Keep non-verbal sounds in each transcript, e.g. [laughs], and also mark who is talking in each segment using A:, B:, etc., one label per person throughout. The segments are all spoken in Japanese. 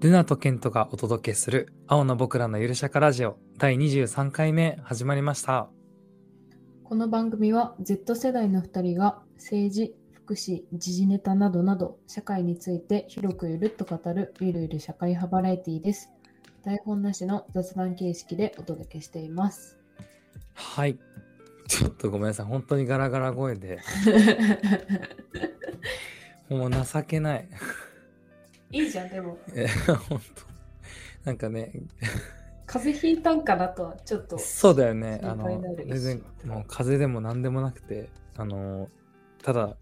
A: ルナとケントがお届けする青の僕らのゆるしゃかラジオ第23回目始まりました。
B: この番組は Z 世代の2人が政治、福祉、時事ネタなどなど社会について広くゆるっと語るゆるゆる社会派バラエティです。台本なしの雑談形式でお届けしています。
A: はい。ちょっとごめんなさい。本当にガラガラ声で。もう情けない。
B: [laughs] いいじゃん、でも
A: え本当。なんかね、
B: 風邪ひいたんかなとはちょっ [laughs] と
A: そうだよね。あ
B: 心配
A: の
B: にな、る
A: 全然、もう風邪でも何でもなくて、あの、ただ、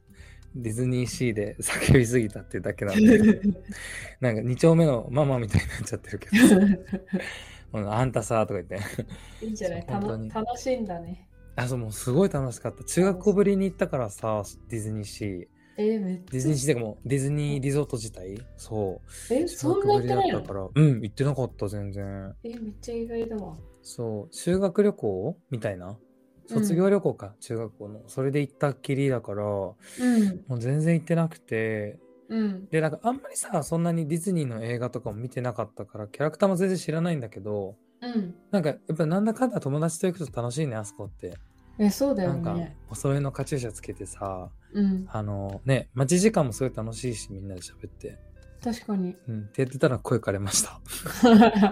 A: ディズニーシーで [laughs] 叫びすぎたっていうだけなんで、なんか2丁目のママみたいになっちゃってる
B: [laughs]
A: けど、あのあんたさ、とか言って。
B: いいんじゃない
A: そう
B: たの
A: 本当
B: 楽しんだね。
A: あ、そう、もうすごい楽しかった。中学校ぶりに行ったからさ、ディズニーシー。
B: えー、めっ
A: ディ
B: ち
A: ズ
B: ゃ
A: ニーシーってかもう、ディズニーリゾート自体そう。
B: えそんな行ってない
A: 中学ぶりだ
B: の
A: ったから。うん、行ってなかった、全然。
B: えめっちゃ意外だわ。
A: そう、修学旅行みたいな。
B: うん
A: 卒業旅行か、中学校の。それで行ったっきりだから、も
B: うん。
A: う全然行ってなくて。
B: うん。
A: で、なんかあんまりさ、そんなにディズニーの映画とかも見てなかったから、キャラクターも全然知らないんだけど、
B: うん。
A: なんかやっぱなんだかんだ友達と行くと楽しいね、あそこって。
B: え、そうだよ
A: なんか
B: ね。、
A: お揃いのカチューシャつけてさ、
B: うん。
A: あのね、待ち時間もすごい楽しいし、みんなで喋って。
B: 確かに。
A: うん、って言ってたら声枯れました。
B: [laughs]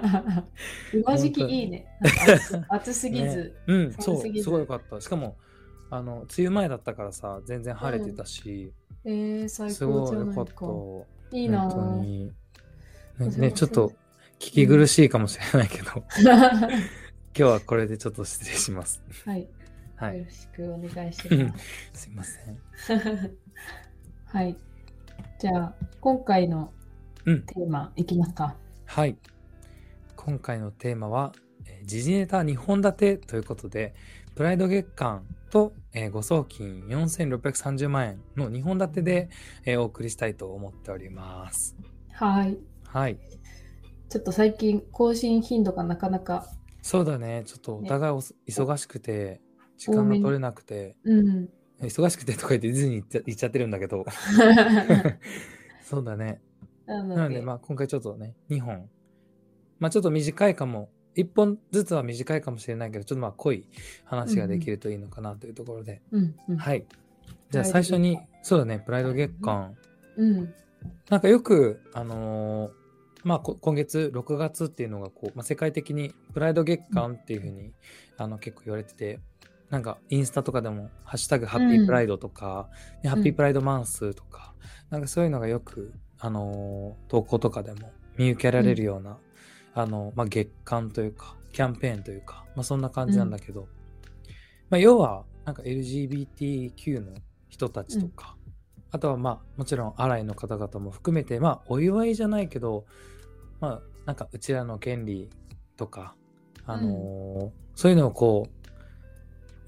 B: 今時期いいね。
A: [laughs]
B: なんか暑すぎず。
A: うん、そ
B: 寒すぎ
A: う、
B: ず
A: すごいよかった。しかも、あの、梅雨前だったからさ、全然晴れてたし、
B: えー、最
A: すごい
B: 高じゃ
A: よ
B: ない
A: か
B: か
A: っ。た。
B: いいな
A: 本当
B: ぁ。
A: に。ね
B: 私も
A: ね、ちょっと聞き苦しいかもしれないけど、今
B: は
A: 日はこれでちょっと失礼します。
B: い、
A: は
B: よ
A: い、
B: ろしくお願いします。
A: すいません。
B: [laughs] はい。じゃあ、今回の
A: うん、
B: テーマいきますか。
A: はい。今回のテーマは、えー時事ネタ2本立てということで、プライド月間と、えー誤送金4630万円の2本立てで、えーお送りしたいと思っております。
B: はい。
A: はい。
B: ちょっと最近、更新頻度がなかなか、
A: そうだね。ちょっとお互いおす忙しくて、時間
B: 多
A: が
B: めに
A: 取れなくて、 [laughs]
B: うん。
A: 忙しくてとか言ってディズニー行っちゃ行っちゃってるんだけど、そうだね。な
B: なの
A: の
B: で、
A: で、まあ、今回ちょっとね、2本。まあ、ちょっと短いかも。1本ずつは短いかもしれないけど、ちょっとまあ、濃い話ができるといいのかなというところで。
B: うん、うん。
A: はい。じゃあ、
B: プラ
A: 最
B: イド
A: 初に、そうだね、プライド月間。
B: うん。
A: なんかよく、あのーまあ、こ今月6月っていうのがこう、まあ、世界的にプライド月間っていうふうに、あの結構言われててなんかインスタとかでも「ハッシュタグハッピープライド」とか、ねハッピープライドマンス」とか、なんかそういうのがよく、あのー投稿とかでも見受けられるような、あのまあ、月間というかキャンペーンというか、まあ、そんな感じなんだけど、まあ、要はなんか LGBTQ の人たちとか、あとはまあもちろんアライの方々も含めてまあお祝いじゃないけどまあなんかうちらの権利とかあのーそういうのをこう、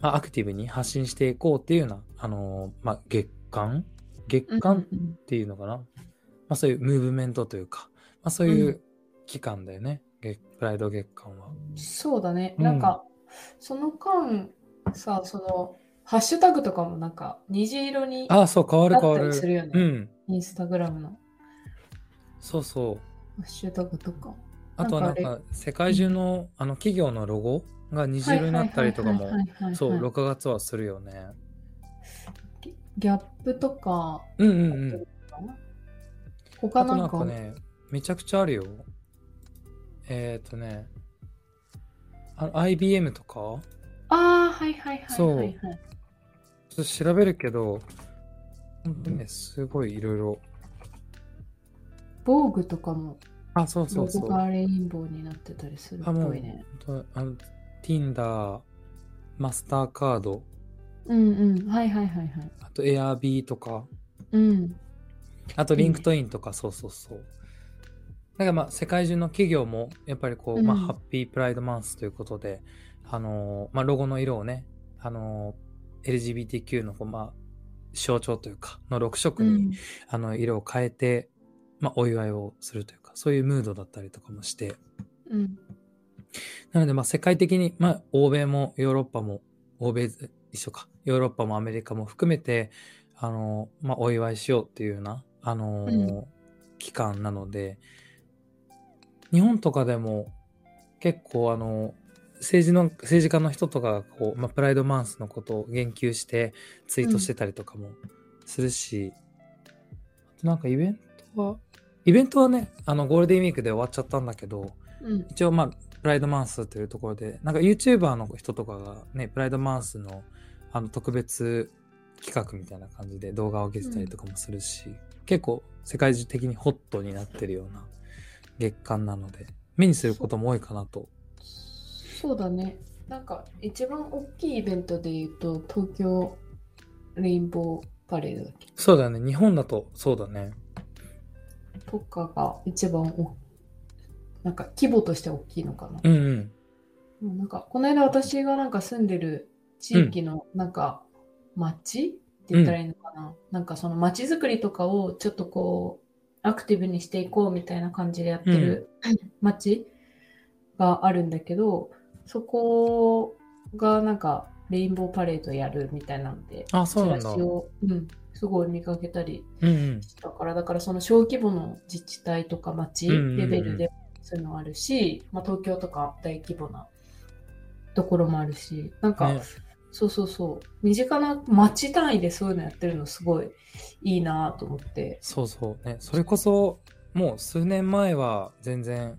A: まあ、アクティブに発信していこうっていうようなあのーまあ月間月間っ
B: うん
A: ていうのかな、まあそういうムーブメントというか、まあそういうう期間だよね、月プライド月間は。
B: そうだね。
A: うん
B: なんか、その間、さ、その、ハッシュタグとかもなんか、虹色に
A: ああそう変わる
B: な
A: 変
B: っ
A: わ
B: た
A: る
B: りするよね。
A: うん
B: インスタグラムの
A: そうそう
B: ハッシュタグとか。
A: あとはなん
B: なん
A: か世界中のあの企業のロゴが虹色になったりとかも
B: はいはいはいはいはいはい
A: そう6月はするよね。
B: ギャップとか、
A: うんうんうん。
B: 他
A: あと
B: な
A: なんん
B: か
A: かねめちゃくちゃあるよ。えっ、ー、とねあの IBM とか
B: ああ、はいはいはい
A: そう
B: はい、はい。
A: ちょっと調べるけど本当にねすごいいろいろ
B: 防具とかも、
A: あそうそ
B: ロ
A: うそ
B: ゴ
A: う。
B: がレインボーになってたりするっ
A: あも
B: ぽ
A: う
B: いね。
A: 本当あの Tinder マスターカード
B: うんうん。はいはいはいはい。
A: あと Airb とか
B: うん。
A: あと、
B: いい
A: リ
B: ね
A: ンクトインとか、そうそうそう。なんかまあ、世界中の企業も、やっぱりこう、まあ、
B: うん
A: ハッピープライドマンスということで、あのーまあ、ロゴの色をね、あのー LGBTQ のこう、まあ、象徴というか、の6色
B: う
A: に、
B: ん、
A: あの、色を変えて、まあ、お祝いをするというか、そういうムードだったりとかもして、
B: うん。
A: なので、まあ、世界的に、まあ、欧米もヨーロッパも、欧米ず一緒か、ヨーロッパもアメリカも含めて、あの、まあ、お祝いしようっていうような、あのー
B: う
A: 期間なので、日本とかでも結構あの政治の政治家の人とかがこう、まあ、プライドマンスのことを言及してツイートしてたりとかもするし、あとなんかイベントはイベントはねあのゴールデンウィークで終わっちゃったんだけど
B: うん。
A: 一応まあプライドマンスというところでなんか YouTuber の人とかがねプライドマンスのあの特別企画みたいな感じで動画を上げてたりとかもするし、結構世界中的にホットになってるような月間なので目にすることも多いかなと
B: そうだね。なんか一番大きいイベントで言うと東京レインボーパレードだっけ
A: そうだね日本だとそうだね
B: とかが一番おなんか規模として大きいのかな。
A: うんうん
B: うんなんかこの間私がなんか住んでる地域のなんか町って言ったらいいのかな、なんかその町づくりとかをちょっとこうアクティブにしていこうみたいな感じでやってる町があるんだけどそこがなんかレインボーパレードやるみたいなので
A: あそうなん
B: チ
A: だ
B: ラシを、うん、すごい見かけたり
A: うんうん
B: だから、だからその小規模の自治体とか町
A: うんうんうん
B: レベルでもそういうのあるし、まあ、東京とか大規模なところもあるし、なんか、
A: ね
B: そうそうそう、身近な町単位でそういうのやってるのすごいいいなと思って。
A: そうそうねそれこそもう数年前は全然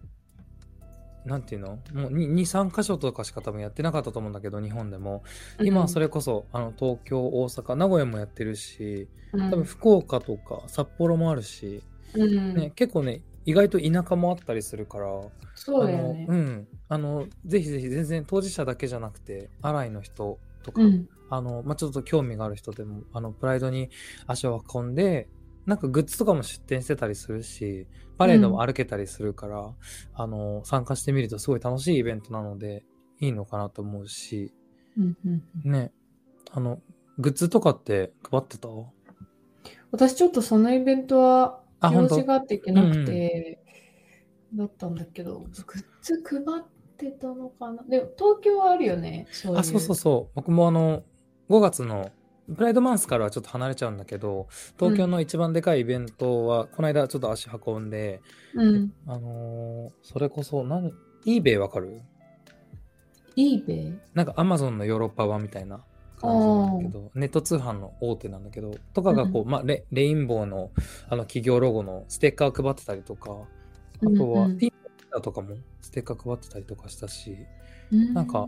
A: なんていうのもう23箇所とかしか多分やってなかったと思うんだけど日本でも今はそ
B: れ、
A: れこそ、あの東京大阪名古屋もやってるし
B: うん、
A: 多分福岡とか札幌もあるし、
B: うん、
A: ね、結構ね意外と田舎もあったりするから
B: そうだ
A: あ
B: よ
A: の
B: ね
A: う。んあのぜひぜひ全然当事者だけじゃなくて新井の人とか、
B: うん、
A: あの、まあ、ちょっと興味がある人でも、あの、プライドに足を運んで、なんかグッズとかも出店してたりするし、パレードも歩けたりするから、あの、参加してみるとすごい楽しいイベントなので、いいのかなと思うし、
B: うん、うん。
A: ね、あの、グッズとかって配ってた
B: 私ちょっとそのイベントは
A: あ
B: 用
A: 本当
B: 事があっていけなくて、だったんだけど、グッズ配ってたのかな。でも東京はあるよね。そういう
A: あ、そうそうそう。僕もあの、5月の、プライドマンスからはちょっと離れちゃうんだけど、東京の一番でかいイベントは、この間ちょっと足運んで、
B: うん。
A: あのーそれこそ、何、eBay わかる
B: eBay?
A: なんかアマゾンのヨーロッパ版みたいな感じなんだけど、ネット通販の大手なんだけど、とかがこう、まあレ、レインボーのあの企業ロゴのステッカー配ってたりとか、あとは
B: うんうん
A: T とかもステッカー配ってたりとかしたし、
B: なん
A: か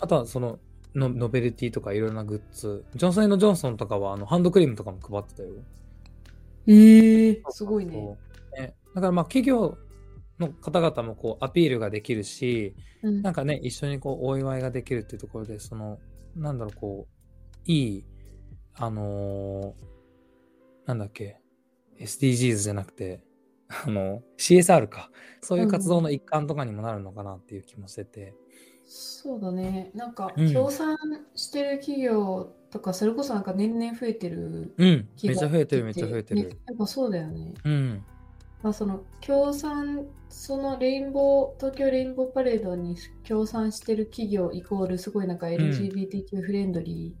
A: あとはその、のノベルティとかいろいろなグッズ、ジョンソンジョンソンとかはあのハンドクリームとかも配ってたよ。
B: ええすごいね。
A: そう。ねだからまあ企業の方々もこうアピールができるし、
B: うん
A: なんかね、一緒にこう、お祝いができるっていうところで、その、なんだろう、こう、いい、あのーなんだっけ、SDGs じゃなくて、あの CSR か。そういう活動の一環とかにもなるのかなっていう気もしてて。
B: そうだね。なんか、
A: うん
B: 協賛してる企業とか、それこそなんか年々増えてる
A: うん、めっ
B: 企業
A: ちゃ増えてる、めっちゃ増えて
B: ね
A: る。
B: やっぱそうだよね。
A: うん、
B: まあ、その協賛、そのレインボー、東京レインボーパレードに協賛してる企業イコール、すごいなんか LGBTQ フレンドリ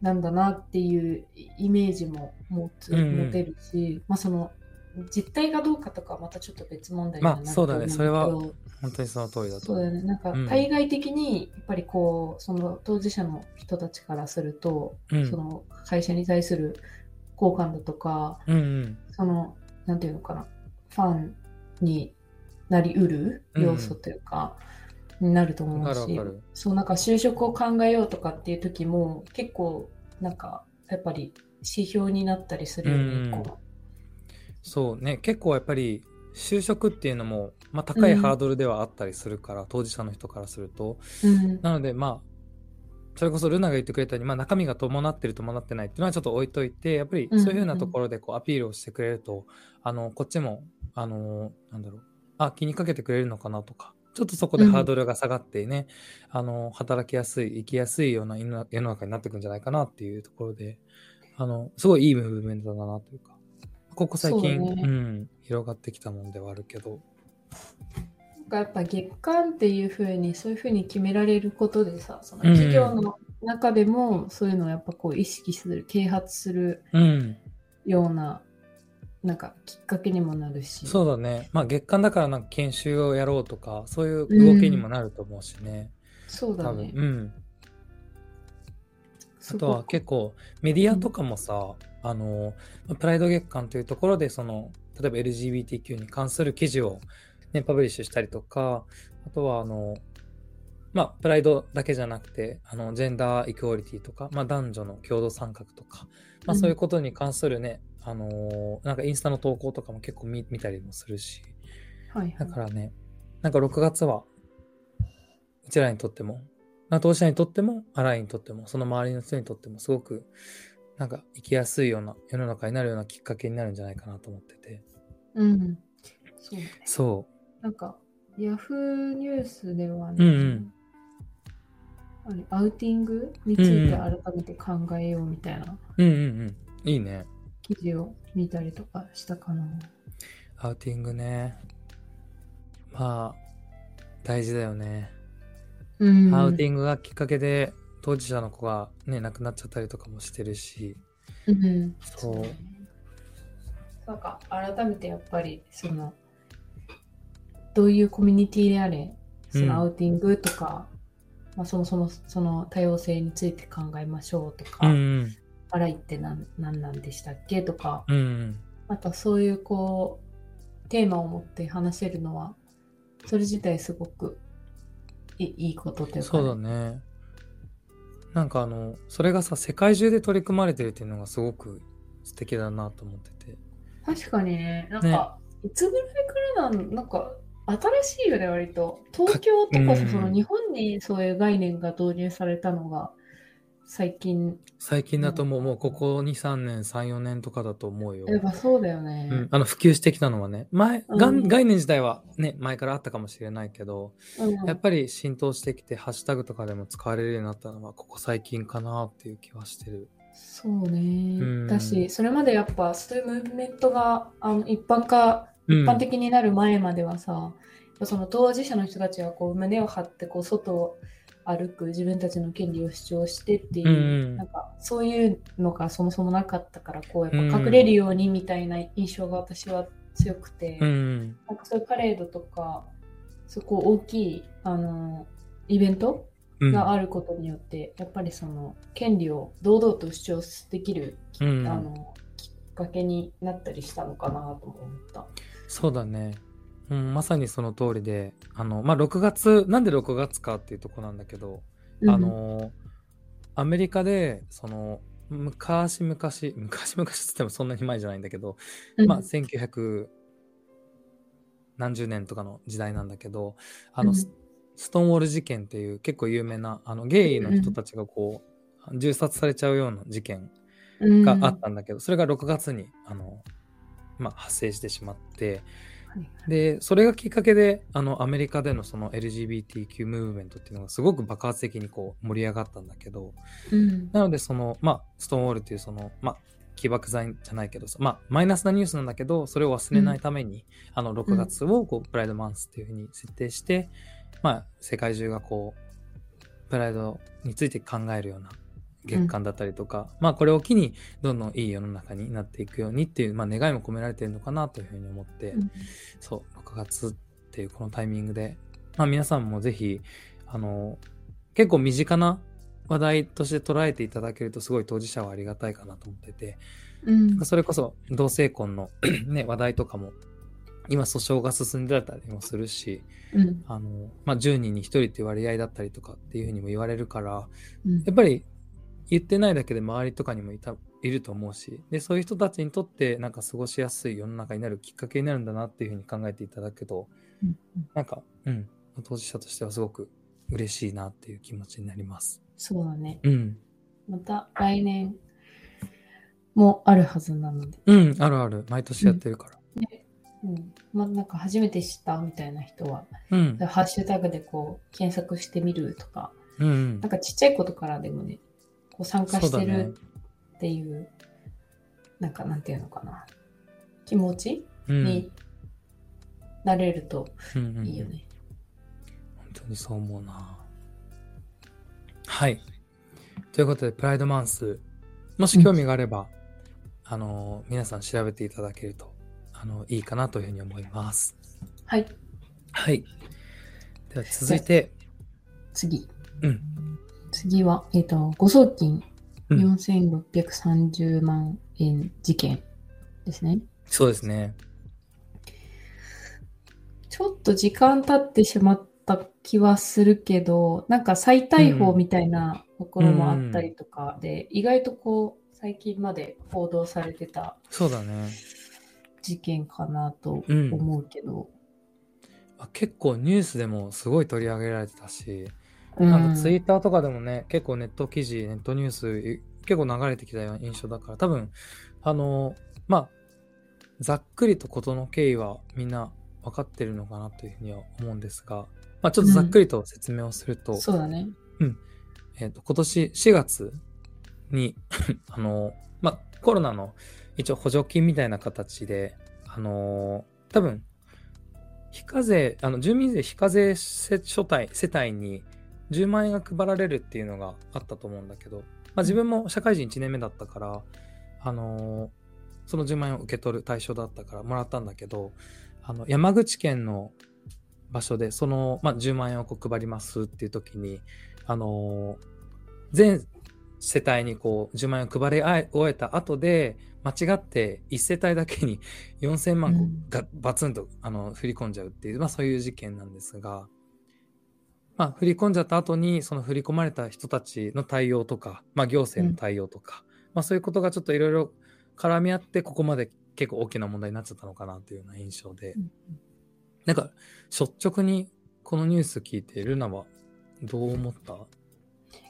B: ーなんだなっていうイメージも持つ、
A: うんうん
B: 持てるし、まあその実態がどうかとかはまたちょっと別問題に
A: まあ
B: はなる
A: そうだね
B: と思
A: それは
B: けど
A: 本当にその通りだと
B: そう
A: 思
B: だ
A: う。
B: よね。なんか
A: うん
B: 対外的にやっぱりこうその当事者の人たちからすると、
A: うん
B: その会社に対する好感度とか
A: うん、うん、
B: そのなんていうのかなファンになりうる要素というか、になると思
A: わか
B: う
A: るわ
B: し
A: か、る。
B: そうなんか就職を考えようとかっていう時も結構なんかやっぱり指標になったりするよね。
A: うん
B: こ
A: そうね、結構やっぱり、就職っていうのも、まあ、高いハードルではあったりするから、当事者の人からすると、
B: ううん
A: なのでまあそれこそルナが言ってくれたように、まあ、中身が伴ってる伴ってないっていうのはちょっと置いといてやっぱりそういうふうなところでこうアピールをしてくれると、あのこっちもあのなんだろうあ気にかけてくれるのかなとかちょっとそこでハードルが下がってね、あの働きやすい生きやすいような世の世の中になってくんじゃないかなっていうところであのすごいいいムーブメントだなというかここ最近
B: そうだね
A: うん、広がってきたもんではあるけど
B: なんかやっぱ月間っていうふうにそういうふうに決められることでさその企業の中でもそういうのをやっぱこう意識する啓発する
A: うん
B: ようななんかきっかけにもなるし。
A: そうだね。まあ月間だからなんか研修をやろうとか、そういう動きにもなると思うしね。
B: そう
A: 多
B: だ
A: 分
B: ね。。
A: うん。
B: す
A: あ
B: ご
A: とは
B: く
A: 結構メディアとかもさ、あの、まあプライド月間というところで、その、例えば LGBTQ に関する記事を、ね、パブリッシュしたりとか、あとはあの、まあ、プライドだけじゃなくて、あの、ジェンダーイクオリティとか、まあ、男女の共同参画とか、まあ、
B: うん
A: そういうことに関するね、あのーなんかインスタの投稿とかも結構見見たりもするし、
B: はいは
A: だ
B: い
A: からね、なんか6月は、うちらにとっても、まあ当事者にとっても、アライにとっても、その周りの人にとっても、すごく、なんか生きやすいような世の中になるようなきっかけになるんじゃないかなと思ってて。
B: うん。そうだね。
A: そ
B: なんか、ヤフーニュースではね、
A: うんうん
B: あれアウティングについて
A: うん
B: 改めて考えようみたいな
A: う。うんうんうん。いいね。
B: 記事を見たりとかしたかな。
A: アウティングね。まあ、大事だよね。
B: うん、
A: アウテ
B: ィ
A: ィングがきっかけで、当事者の子がね、亡くなっちゃったりとかもしてるし。
B: ング、うん、
A: そう
B: だねなんか、改めてやっぱり、その、どういうコミュニティであれ、そ
A: うん
B: のアウティングとか、まあ、そもそもその多様性について考えましょうとか、
A: うん
B: アライって何何なんでしたっけとか、
A: うん。うんうん。
B: またそういうこうテーマを持って話せるのはそれ自体すごくいいいことというか、
A: そうだね。なんかあの、それがさ、世界中で取り組まれてるっていうのがすごく素敵だなと思ってて。
B: 確かにねなんか、いつぐらいからなんなんか新しいよね割と東京とか
A: う
B: さ
A: ん
B: その日本にそういう概念が導入されたのが最近
A: 最近だともう、もうここ2、3年、3、4年とかだと思うよ。
B: やっぱそうだよね、
A: うん、あの普及してきたのはね、前、が
B: うん
A: ん概念自体はね、前からあったかもしれないけど、
B: うん
A: やっぱり浸透してきて、ハッシュタグとかでも使われるようになったのは、ここ最近かなっていう気はしてる。
B: そうね、
A: うん
B: だしそれまでやっぱそういうムーブメントがあの一般化
A: うん、
B: 一般的になる前まではさ、その当事者の人たちがこう胸を張ってこう外を歩く自分たちの権利を主張してっていう、
A: うんうん
B: なんかそういうのがそもそもなかったからこうやっ
A: う
B: ぱ
A: ん
B: 隠れるようにみたいな印象が私は強くて、
A: うん、
B: なんかそういうパレードとかそこ大きいあのイベント
A: うん、
B: があることによって、やっぱりその権利を堂々と主張できる、
A: うん
B: あのきっかけになったりしたのかなとも思った。
A: そうだね、うん、まさにその通りであの、まあ、6月なんで6月かっていうとこなんだけど、あのアメリカでその昔々昔々っつってもそんなに前じゃないんだけど、
B: うん、
A: まあ、1900何十年とかの時代なんだけどあ
B: う
A: の、
B: ん
A: スストーンウォール事件っていう結構有名なあのゲイの人たちがこう、銃殺されちゃうような事件があったんだけど、それが6月にあの、まあ、発生してしまって、でそれがきっかけであのアメリカでのその LGBTQ ムーブメントっていうのがすごく爆発的にこう盛り上がったんだけど
B: うん
A: なのでそのまあストーンウォールっていうそのまあ起爆剤じゃないけどまあマイナスなニュースなんだけどそれを忘れないために、あの6月をこうプライドマンスっていうふうに設定して、まあ世界中がこうプライドについて考えるような月間だったりとか、まあこれを機にどんどんいい世の中になっていくようにっていう、まあ、願いも込められてるのかなというふうに思って、
B: うん
A: そう、6月っていうこのタイミングで、まあ皆さんもぜひ、あの、結構身近な話題として捉えていただけるとすごい当事者はありがたいかなと思ってて、
B: うん
A: それこそ同性婚の [clears throat] ね、話題とかも、今訴訟が進んでたりもするし、
B: うん
A: あの、まあ10人に1人っていう割合だったりとかっていうふうにも言われるから、
B: うん
A: やっぱり言ってないだけで周りとかにもいたいると思うしでそういう人たちにとってなんか過ごしやすい世の中になるきっかけになるんだなっていうふうに考えていただくと
B: うん
A: なんか、うん、当事者としてはすごく嬉しいなっていう気持ちになります。
B: そうだね。
A: うん、
B: また来年もあるはずなので、
A: うん、あるある毎年やってるから。
B: うんまあ、なんか初めて知ったみたいな人は、
A: うん、
B: ハッシュタグでこう検索してみるとか、
A: うん、うん
B: なんかちっちゃいことからでもね、こう参加してるっていう、なんかなんていうのかな、気持ち
A: うん、
B: になれると
A: うんうん
B: いいよね。
A: 本当にそう思うな。はい。ということで、プライドマンス、もし興味があれば、あの皆さん調べていただけるとあのいいかなというふうに思います。
B: はい、
A: はい。では続いて、
B: 次。
A: うん。
B: 次は、えっ、と、誤送金
A: うん、
B: 4630万円事件ですね。
A: そうですね。
B: ちょっと時間経ってしまった気はするけど、なんか再逮捕みたいなところもあったりとかで、意外とこう、最近まで報道されてた
A: そうだね。
B: 事件かなと
A: うん
B: 思うけど。
A: あ結構ニュースでもすごい取り上げられてたし、
B: うん
A: なんかツイッターとかでもね、結構ネット記事、ネットニュース、い結構流れてきたような印象だから、多分、あの、まあ、ざっくりと事の経緯はみんな分かってるのかなというふうには思うんですが、まあ、ちょっとざっくりと説明をすると、
B: そうだね。
A: えっと今年4月に [laughs] あの、まあ、コロナの一応補助金みたいな形で、あの多分非課税あの住民税非課税世所帯世帯に10万円が配られるっていうのがあったと思うんだけど、まあ、自分も社会人1年目だったから、あのその10万円を受け取る対象だったからもらったんだけどあの山口県の場所でその、まあ、10万円をこう配りますっていう時にあのー全世帯にこう10万円を配りあえ終えた後で間違って1世帯だけに4000万 [laughs] こう
B: うん
A: がバツンとあの振り込んじゃうっていう、まあ、そういう事件なんですが、まあ、振り込んじゃった後にその振り込まれた人たちの対応とか、まあ、行政の対応とか、まあ、そういうことがちょっといろいろ絡み合ってここまで結構大きな問題になっちゃったのかなというような印象で、
B: うん
A: なんか率直にこのニュース聞いてルナはどう思
B: [laughs]
A: った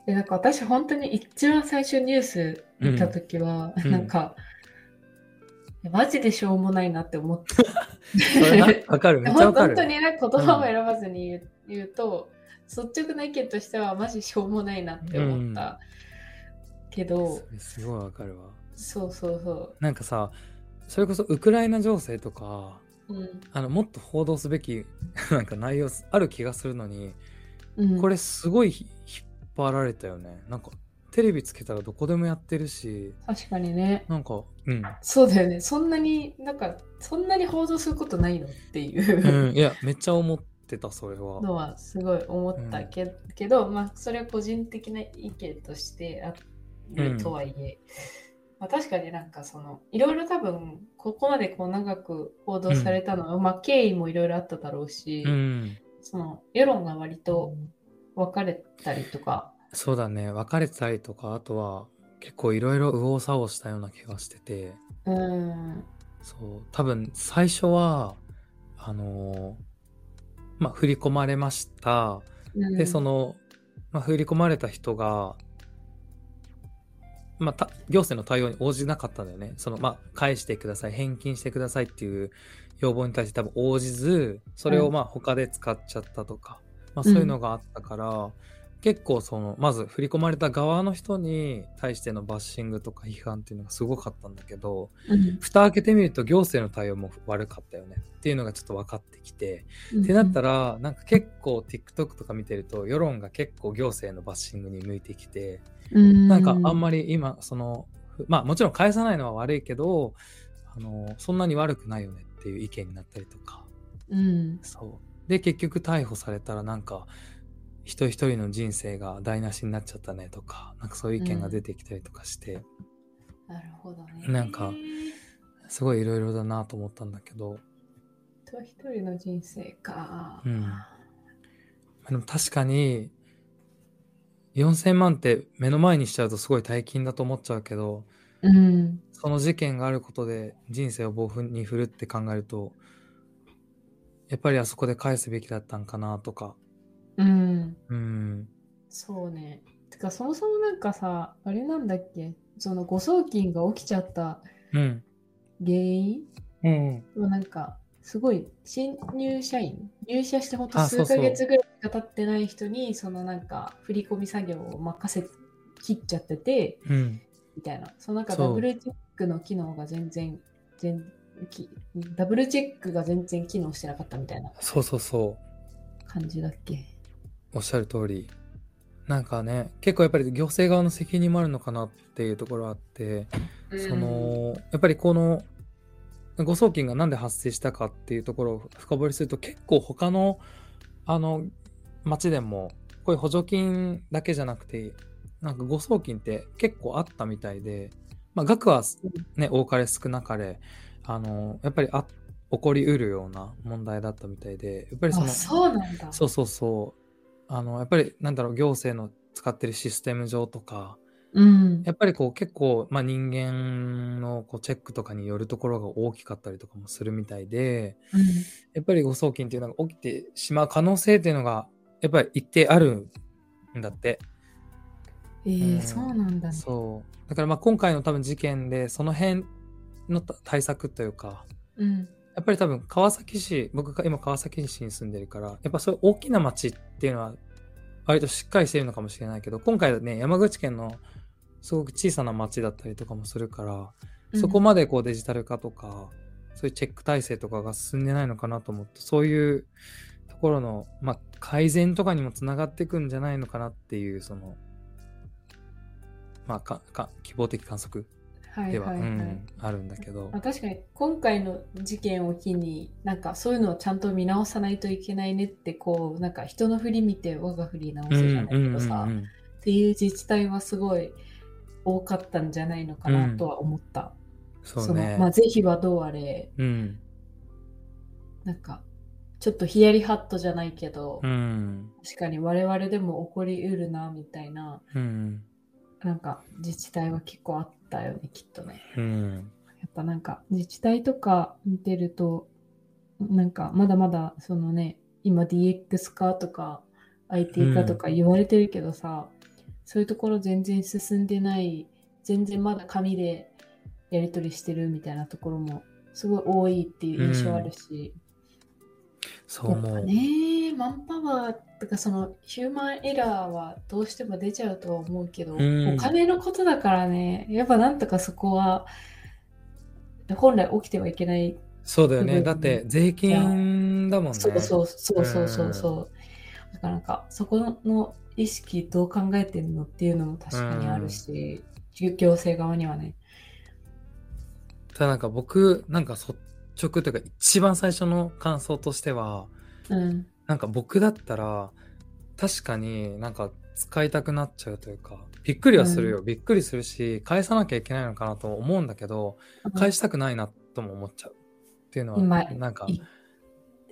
B: えなんか私本当に一番最初ニュース見た時は、
A: うん
B: なんか、マジでしょうもないなって思って。
A: それなわかるめっちゃわか
B: 本
A: る
B: 当にね、言葉を選ばずに言う,、言うと率直な意見としてはマジしょうもないなって思った、けど
A: それすごいわかるわ
B: そうそうそ
A: なんかさそれこそウクライナ情勢とか
B: う、うん
A: あのもっと報道すべき [laughs] なんか内容ある気がするのに
B: うん
A: これすごいひ引っ張られたよねなんかテレビつけたらどこでもやってるし
B: 確かにね
A: なんかうん、
B: そうだよねそんなになんかそんなに報道することないのっていう
A: うん、いやめっちゃ思ってたそれは
B: のはすごい思ったけ,、けどまあそれは個人的な意見としてあるとはいえ、まあ、確かになんかそのいろいろ多分ここまでこう長く報道されたのは、まあ経緯もいろいろあっただろうし、
A: うん
B: その世論が割と分かれたりとか、
A: そうだね別れたりとかあとは結構いろいろ右往左往したような気がしてて
B: うーん、
A: そう多分最初はあのーまあ振り込まれましたでそ
B: の、
A: の、まあ、振り込まれた人が、まあ、た行政の対応に応じなかったんだよねその、まあ、返してください返金してくださいっていう要望に対して多分応じずそれ
B: う
A: を
B: ん
A: まあ他で使っちゃったとか、まあ、そういうのがあったから、結構そのまず振り込まれた側の人に対してのバッシングとか批判っていうのがすごかったんだけど、
B: うん
A: 蓋開けてみると行政の対応も悪かったよねっていうのがちょっと分かってきて、ってなった
B: ら、
A: らなんか結構 TikTok とか見てると世論が結構行政のバッシングに向いてきてなんかあん
B: ま
A: まり今そのまあもちろん返さないのは悪いけどあのそんなに悪くないよねっていう意見になったりとか
B: り、うん、
A: そうで結局逮捕されたらなんか一人一人の人生が台無しになっちゃったねとかなんかそういう意見が出てきたりとかして、
B: なるほどね。
A: なんかすごいいろいろだなと思ったんだけど
B: と一人の人生か。
A: うんまあでも確かに4000万って目の前にしちゃうとすごい大金だと思っちゃうけど
B: うん、
A: その事件があることで人生を暴風に振るって考えるとやっぱりあそこで返すべきだったんかなとか
B: うん、
A: うん
B: そうね。てかそもそもなんかさ、あれなんだっけ、その誤送金が起きちゃった
A: うん
B: 原因
A: うん
B: もなんかすごい新入社員入社してほんと
A: あ
B: 数
A: そう
B: ヶ
A: そう
B: 月ぐらいしか経ってない人にそのなんか振り込み作業を任せ切っちゃってて
A: うん
B: みたいなそのなんか
A: そう
B: ダブルチェックの機能が全然全きダブルチェックが全然機能してなかったみたいな
A: そうそうそ
B: 感じだっけ
A: うおっしゃる通りなんかね結構やっぱり行政側の責任もあるのかなっていうところあって
B: うん
A: そのやっぱりこの誤送金が何で発生したかっていうところを深掘りすると結構他のあの町でもこういう補助金だけじゃなくてなんか誤送金って結構あったみたいで、まあ、額はね多かれ少なかれあのやっぱりあ起こりうるような問題だったみたいでやっぱりその
B: あそうなんだ
A: そうそうそうあのやっぱりなんだろう行政の使ってるシステム上とか
B: うん
A: やっぱりこう結構、まあ、人間のこうチェックとかによるところが大きかったりとかもするみたいでやっぱり誤送金っていうのが起きてしまう可能性っていうのがやっぱり一定あるんだって
B: えー
A: うん
B: そうなんだね
A: そうだからまあ今回の多分事件でその辺のた対策というか
B: うん
A: やっぱり多分川崎市僕が今川崎市に住んでるからやっぱそういう大きな町っていうのは割としっかりしてるのかもしれないけど今回はね山口県のすごく小さな町だったりとかもするから、そこまでこうデジタル化とかそういうチェック体制とかが進んでないのかなと思ってそういうところの、まあ、改善とかにもつながっていくんじゃないのかなっていうそのまあかか希望的観測
B: はい
A: では、
B: はいはい、
A: うん、あるんだけど
B: まあ、確かに今回の事件を機になんかそういうのをちゃんと見直さないといけないねってこうなんか人の振り見て我が振り直
A: う
B: す
A: ん
B: じゃないけ
A: うん
B: ど
A: う
B: さ、
A: んうん
B: っていう自治体はすごい多かったんじゃないのかなとは思った、
A: そうね
B: のまあ是非はどうあれ
A: うん
B: なんかちょっとヒヤリハットじゃないけど、
A: うん
B: 確かに我々でも起こりうるなみたいな
A: うん
B: なんか自治体は結構あったよねきっとね
A: うん
B: やっぱなんか自治体とか見てるとなんかまだまだそのね今 DX 化とか IT 化とか言われてるけどさ、そういうところ全然進んでない全然まだ紙でやり取りしてるみたいなところもすごい多いっていう印象あるし、
A: そう
B: やっ
A: 思
B: ぱ
A: う、
B: ねマンパワーとかそのヒューマンエラーはどうしても出ちゃうとは思うけど、
A: うん
B: お金のことだからねやっぱなんとかそこは本来起きてはいけない、
A: そうだよね
B: うん
A: だって税金だもんね
B: そうそううそうそうそうそう、だからなんかそこの意識どう考えてんのっていうのも確かにあるし、行政側にはね
A: ただなんか僕なんか率直というか一番最初の感想としては
B: うん
A: なんか僕だったら確かになんか使いたくなっちゃうというかびっくりはするよ、びっくりするし返さなきゃいけないのかなと思うんだけど返したくないなとも思っちゃうっていうの
B: うま
A: はいなんか
B: い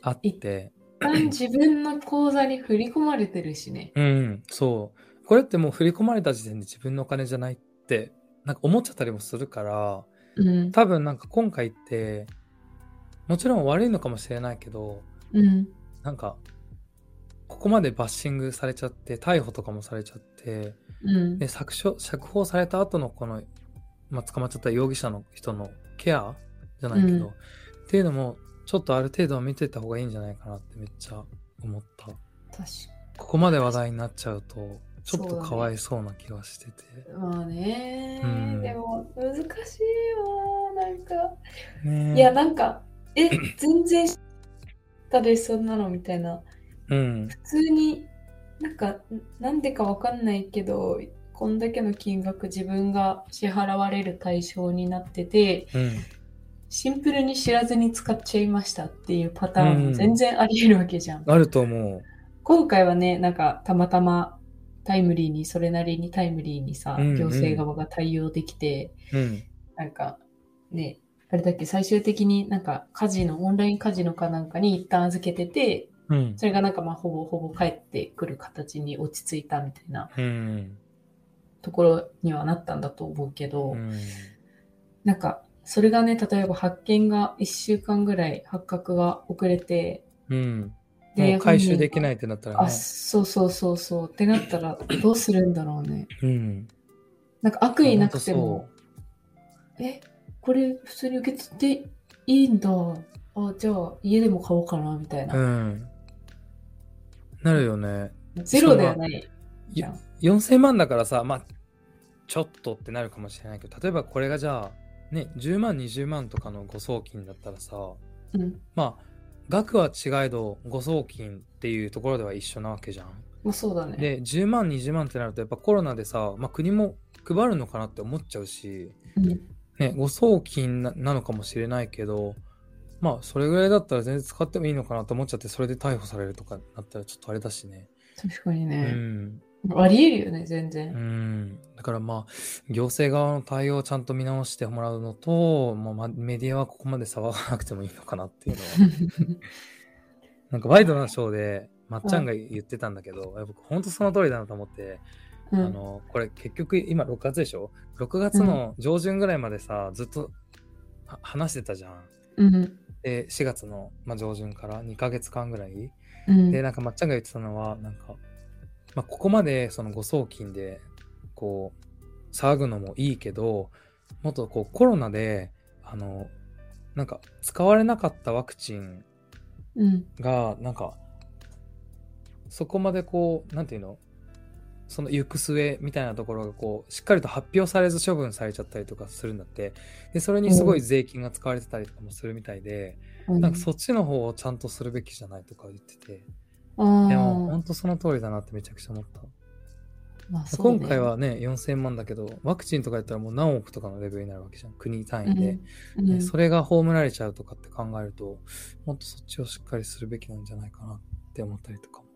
A: あって
B: 一旦自分の口座に振り込まれてるしね
A: うん、そう。これってもう振り込まれた時点で自分のお金じゃないって、なんか思っちゃったりもするから、
B: うん
A: 多分なんか今回って、もちろん悪いのかもしれないけど、
B: うん
A: なんか、ここまでバッシングされちゃって、逮捕とかもされちゃって、
B: うん
A: で、削除、釈放された後のこの、まあ、捕まっちゃった容疑者の人のケアじゃないけど、
B: うん
A: っていうのも、ちょっとある程度は見てた方がいいんじゃないかなってめっちゃ思った。
B: 確かに
A: ここまで話題になっちゃうとちょっと
B: そうだね
A: かわいそうな気がしてて
B: まあね、
A: うん
B: でも難しいわなんか、
A: ね
B: いやなんか
A: [clears throat]
B: え全然たでそんなのみたいな
A: うん
B: 普通になんかなんでかわかんないけどこんだけの金額自分が支払われる対象になってて
A: うん
B: シンプルに知らずに使っちゃいましたっていうパターン
A: う
B: も
A: ん
B: 全然ありえるわけじゃん、
A: あると思
B: 今回はねなんかたまたまタイムリーにそれなりにタイムリーにさ、
A: うんうん
B: 行政側が対応できて
A: ううん
B: なんかね、あれだっけ、最終的になんかカジノ、オンラインカジノかなんかに一旦預けてて、
A: うん
B: それがなんかまあほぼほぼ帰ってくる形に落ち着いたみたいな
A: うん
B: ところにはなったんだと思うけど、
A: うん
B: なんかそれがね、例えば発見が1週間ぐらい発覚が遅れて、
A: うん
B: で。
A: もう回収できないいってなったら
B: あ、
A: ね
B: そうそうそうそうってなったらどうするんだろうね。
A: うん
B: なんか悪意なくても
A: ほんと
B: えこれ普通に受け取っていいんだあじゃあ家でも買おうかなみたい
A: そうう
B: な、
A: んなるよね
B: ゼロではない
A: い
B: じゃん
A: 4000万だからさまあちょっとってなるかもしれないけど例えばこれがじゃあね10万20万とかの誤送金だったらさ
B: うん
A: まあ額は違えど誤送金っていうところでは一緒なわけじゃん
B: まあそうだね
A: で10万20万ってなるとやっぱコロナでさ、まあ、国も配るのかなって思っちゃうし
B: うん
A: ね、誤送金ななのかもしれないけど、まあ、それぐらいだったら全然使ってもいいのかなと思っちゃって、それで逮捕されるとかなったらちょっとあれだしね。
B: 確かに
A: う
B: ね。
A: ん。
B: ありえるよね、全
A: う
B: 然。
A: ん。だからまあ、行政側の対応をちゃんと見直してもらうのと、まあまあ、メディアはここまで騒がなくてもいいのかなっていうのは。
B: [laughs]
A: なんかワイドなショーで、まっちゃんが言ってたんだけど、僕、本当その通りだなと思って、
B: うん
A: あの、これ結局今6月でしょ ?6 月の上旬ぐらいまでさ、ずっとは話してたじゃん。
B: うん。
A: で、4月の、まあ、上旬から2ヶ月間ぐらい。
B: うん。
A: で、なんかまっちゃんが言ってたのは、なんか、まあ、ここまでその誤送金で、こう、騒ぐのもいいけど、もっとこうコロナで、あの、なんか使われなかったワクチン
B: うん。
A: がなんかそこまでこうなんていうのその行く末みたいなところがこうしっかりと発表されず処分されちゃったりとかするんだってでそれにすごい税金が使われてたりとかもするみたいで、
B: うん
A: なんかそっちの方をちゃんとするべきじゃないとか言ってて、
B: あ
A: いやもうほ
B: ー
A: んとその通りだなってめちゃくちゃ思った、
B: まあそうね
A: 今回はね4000万だけどワクチンとかやったらもう何億とかのレベルになるわけじゃん国単位で、
B: うん
A: ね
B: うん
A: それが葬られちゃうとかって考えるともっとそっちをしっかりするべきなんじゃないかなって思ったりとかも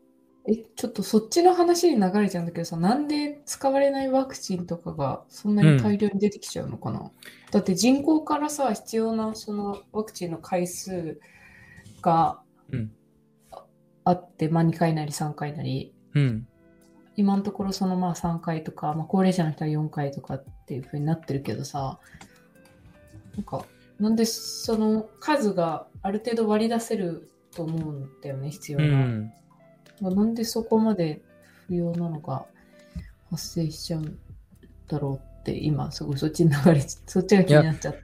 B: え、ちょっとそっちの話に流れちゃうんだけどさ、なんで使われないワクチンとかがそんなに大量に出てきちゃうのかな、だって人口からさ、必要なそのワクチンの回数が
A: うん
B: あって、まあ2回なり3回なり、
A: うん
B: 今のところそのまあ3回とか、まあ、高齢者の人は4回とかっていうふうになってるけどさ、なんか、なんでその数がある程度割り出せると思うんだよね、必要
A: う
B: な。
A: ん
B: まあなんでそこまで不要なのが発生しちゃうんだろうって今すごいそっちに流れ [laughs] そっちが気になっちゃった。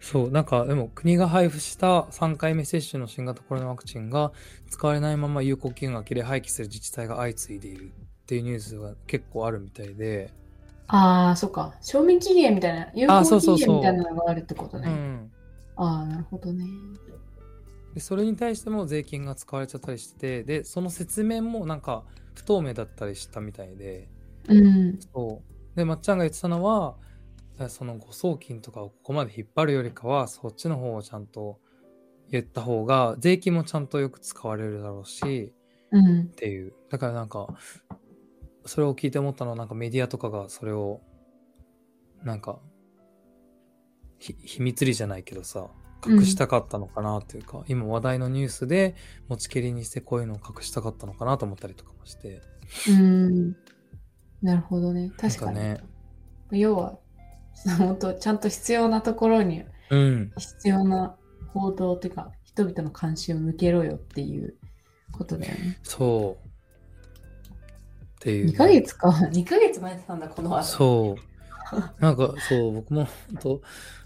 A: そうなんかでも国が配布した3回目接種の新型コロナワクチンが使われないまま有効期限が切れ廃棄する自治体が相次いでいるっていうニュースが結構あるみたいで、
B: ああ、そっか。賞味期限みたいな、有
A: あーそ
B: 効
A: うそう
B: 期
A: そう
B: 限みたいなのがあるってこと
A: う
B: ね。
A: ん、
B: ああ、なるほどね。
A: でそれに対しても税金が使われちゃったりしててでその説明もなんか不透明だったりしたみたいで
B: うん。
A: そう。で、まっちゃんが言ってたのは、あその誤送金とかをここまで引っ張るよりかは、そっちの方をちゃんと言った方が、税金もちゃんとよく使われるだろうし、
B: うん
A: っ。ていう。だからなんか、それを聞いて思ったのは、なんかメディアとかがそれを、なんか、ひ秘密裏じゃないけどさ、隠したかったのかなというか、今話題のニュースで持ちきりにしてこういうのを隠したかったのかなと思ったりとかもして。
B: うん。なるほどね。確かに。
A: なんか
B: 要は、本当ちゃんと必要なところに
A: うん。
B: 必要な報道というか、人々の関心を向けろよっていうことだよね。
A: そう。っていう。
B: 2ヶ月 [laughs] か。2ヶ月前なんだ、この話。
A: そう。なんかそう、僕も本当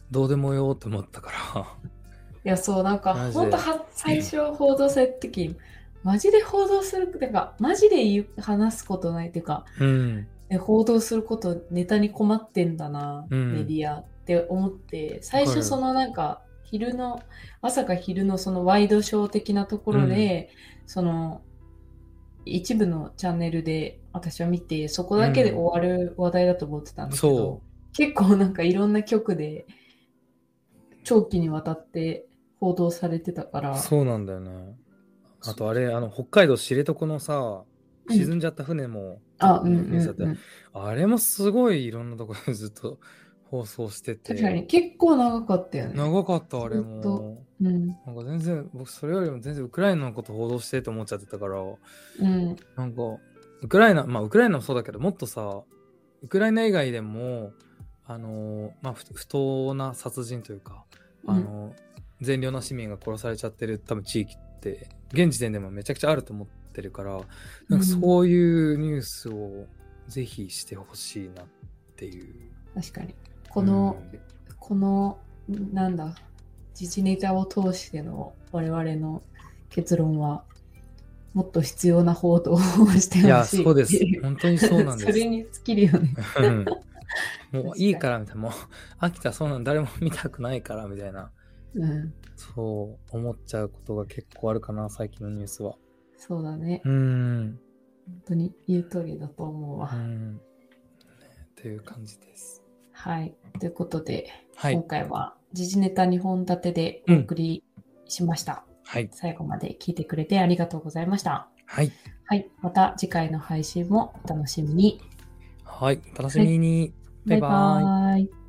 A: どうでもよって思ったから。
B: いや、そう、なんか、
A: マジで
B: 本当は最初報道された時、マジで報道する、なんか、マジで言う話すことないっていうか、
A: うん。
B: え報道すること、ネタに困ってんだな、
A: うん
B: メディアって思って、最
A: わか
B: 初
A: る
B: そのなんか、昼の、朝か昼のそのワイドショー的なところで、その、一部のチャンネルで私は見て、そこだけで終わる話題だと思ってたんですけど、
A: そ
B: 結構なんかいろんな局で長期にわたって報道されてたか
A: う。
B: ら
A: そうなんだよね。あとあれ、あの、北海道知床のさ、
B: うん
A: 沈んじゃった船も、
B: あうん
A: ニュースだった
B: うん、うん、
A: あれもすごいいろんなところでずっと放送してて。
B: 確かに結構長かったよね、
A: 長かった、あれ
B: ずっと
A: も。
B: うん
A: なんか全然、僕それよりも全然ウクライナのこと報道してって思っちゃってたから。
B: うん、
A: なんか、ウクライナ、まあ、ウクライナもそうだけど、もっとさ、ウクライナ以外でも、あのーまあ、ふ不当な殺人というか、あのー善良な市民が殺されちゃってる多分地域って、現時点でもめちゃくちゃあると思ってるから、なんかそういうニュースをぜひしてほしいなっていう。
B: 確かにこの、このなんだ時事ネタを通しての我々の結論はもっと必要な報道をして
A: うん、い
B: ほ
A: や、
B: しい
A: そうです
B: [laughs] ってい。
A: 本当にそうなんで
B: [laughs] そ
A: す
B: れ。に尽きるよね
A: うんもういいからみたいな、もう飽きた、そんなん誰も見たくないからみたいな。
B: うん
A: そう思っちゃうことが結構あるかな最近のニュースは
B: そうだね
A: うーん
B: 本当に言う通りだと思うわ、
A: うんねという感じです
B: はい。ということで、
A: はい
B: 今。回は時事ネタ2本立てでお送りしました。
A: はい。
B: 最後まで聞いてくれてありがとうございました。
A: はい。
B: はい。また次回の配信もお楽しみに。
A: はい。お楽しみに。バイバイ
B: バイバーイ